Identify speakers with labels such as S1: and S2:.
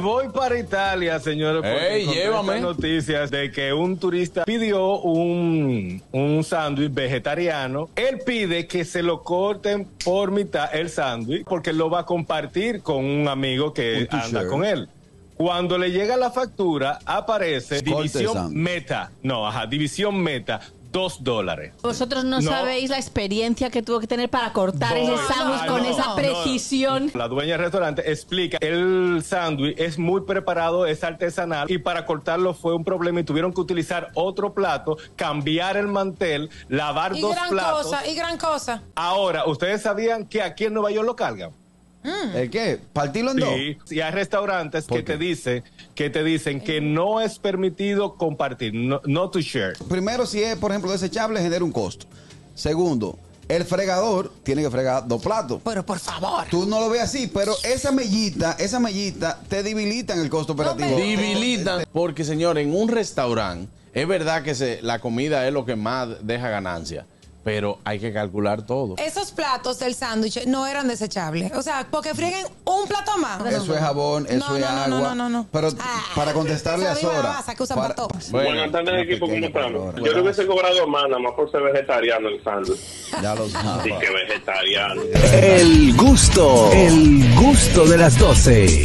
S1: voy para Italia, señores, porque
S2: Ey,
S1: encontré
S2: llévame.
S1: estas noticias de que un turista pidió un, un sándwich vegetariano. Él pide que se lo corten por mitad el sándwich porque lo va a compartir con un amigo
S3: Un
S1: que
S3: t-shirt.
S1: anda con él. Cuando le llega la factura, aparece
S3: Corte el sándwich.
S1: división meta. No, ajá, división meta, dos dólares.
S4: Vosotros no,
S1: No.
S4: sabéis la experiencia que tuvo que tener para cortar
S1: Voy.
S4: ese sándwich
S1: Ah,
S4: con
S1: no,
S4: esa
S1: no.
S4: precisión.
S1: La dueña del restaurante explica, el sándwich es muy preparado, es artesanal y para cortarlo fue un problema y tuvieron que utilizar otro plato, cambiar el mantel, lavar
S5: Y
S1: dos
S5: gran
S1: platos.
S5: cosa, y gran cosa.
S1: Ahora, ¿ustedes sabían que aquí en Nueva York lo cargan?
S3: ¿El qué? ¿Partirlo en dos?
S1: Sí, y hay restaurantes
S3: ¿Por
S1: que
S3: qué?
S1: te dicen que te dicen
S4: Eh.
S1: que no es permitido compartir, no, no to share.
S3: Primero, si es, por ejemplo, desechable, genera un costo. Segundo, el fregador tiene que fregar dos platos.
S5: Pero por favor.
S3: Tú no lo ves así, pero esa mellita, esa mellita te debilitan el costo operativo.
S2: Debilitan. Porque, señor, en un restaurante, es verdad que se- la comida es lo que más deja ganancia, pero hay que calcular todo.
S5: Esos platos del sándwich no eran desechables. O sea, porque frieguen un plato más.
S3: Eso es jabón, eso
S5: No,
S3: es
S5: no, no,
S3: agua.
S5: no, no, no.
S3: Pero
S5: Ah,
S3: para contestarle
S5: esa
S3: a
S5: misma
S3: Sora.
S5: masa que usan
S3: para-
S5: para todos.
S2: Bueno,
S6: Buenas tardes,
S3: una
S6: equipo, ¿cómo
S3: pequeña
S6: están?
S3: palabra.
S6: Yo le hubiese cobrado más, nada más por ser vegetariano el sándwich.
S3: Ya lo
S6: Así
S3: sabes.
S6: que vegetariano.
S7: El gusto, el gusto de las 12.